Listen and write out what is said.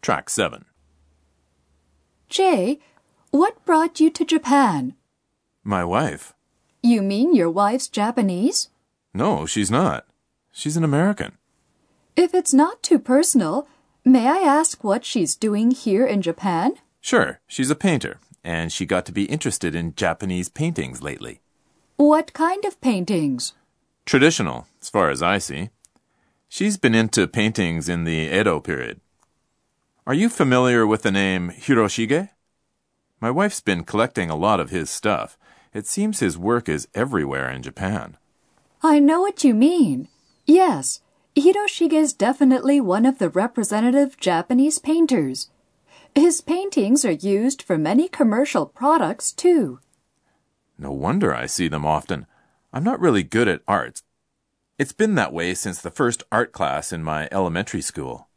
Track 7. Jay, what brought you to Japan? My wife. You mean your wife's Japanese? No, she's not. She's an American. If it's not too personal, may I ask what she's doing here in Japan? Sure, she's a painter, and she got to be interested in Japanese paintings lately. What kind of paintings? Traditional, as far as I see. She's been into paintings in the Edo period. Are you familiar with the name Hiroshige? My wife's been collecting a lot of his stuff. It seems his work is everywhere in Japan. I know what you mean. Yes, Hiroshige is definitely one of the representative Japanese painters. His paintings are used for many commercial products, too. No wonder I see them often. I'm not really good at art. It's been that way since the first art class in my elementary school.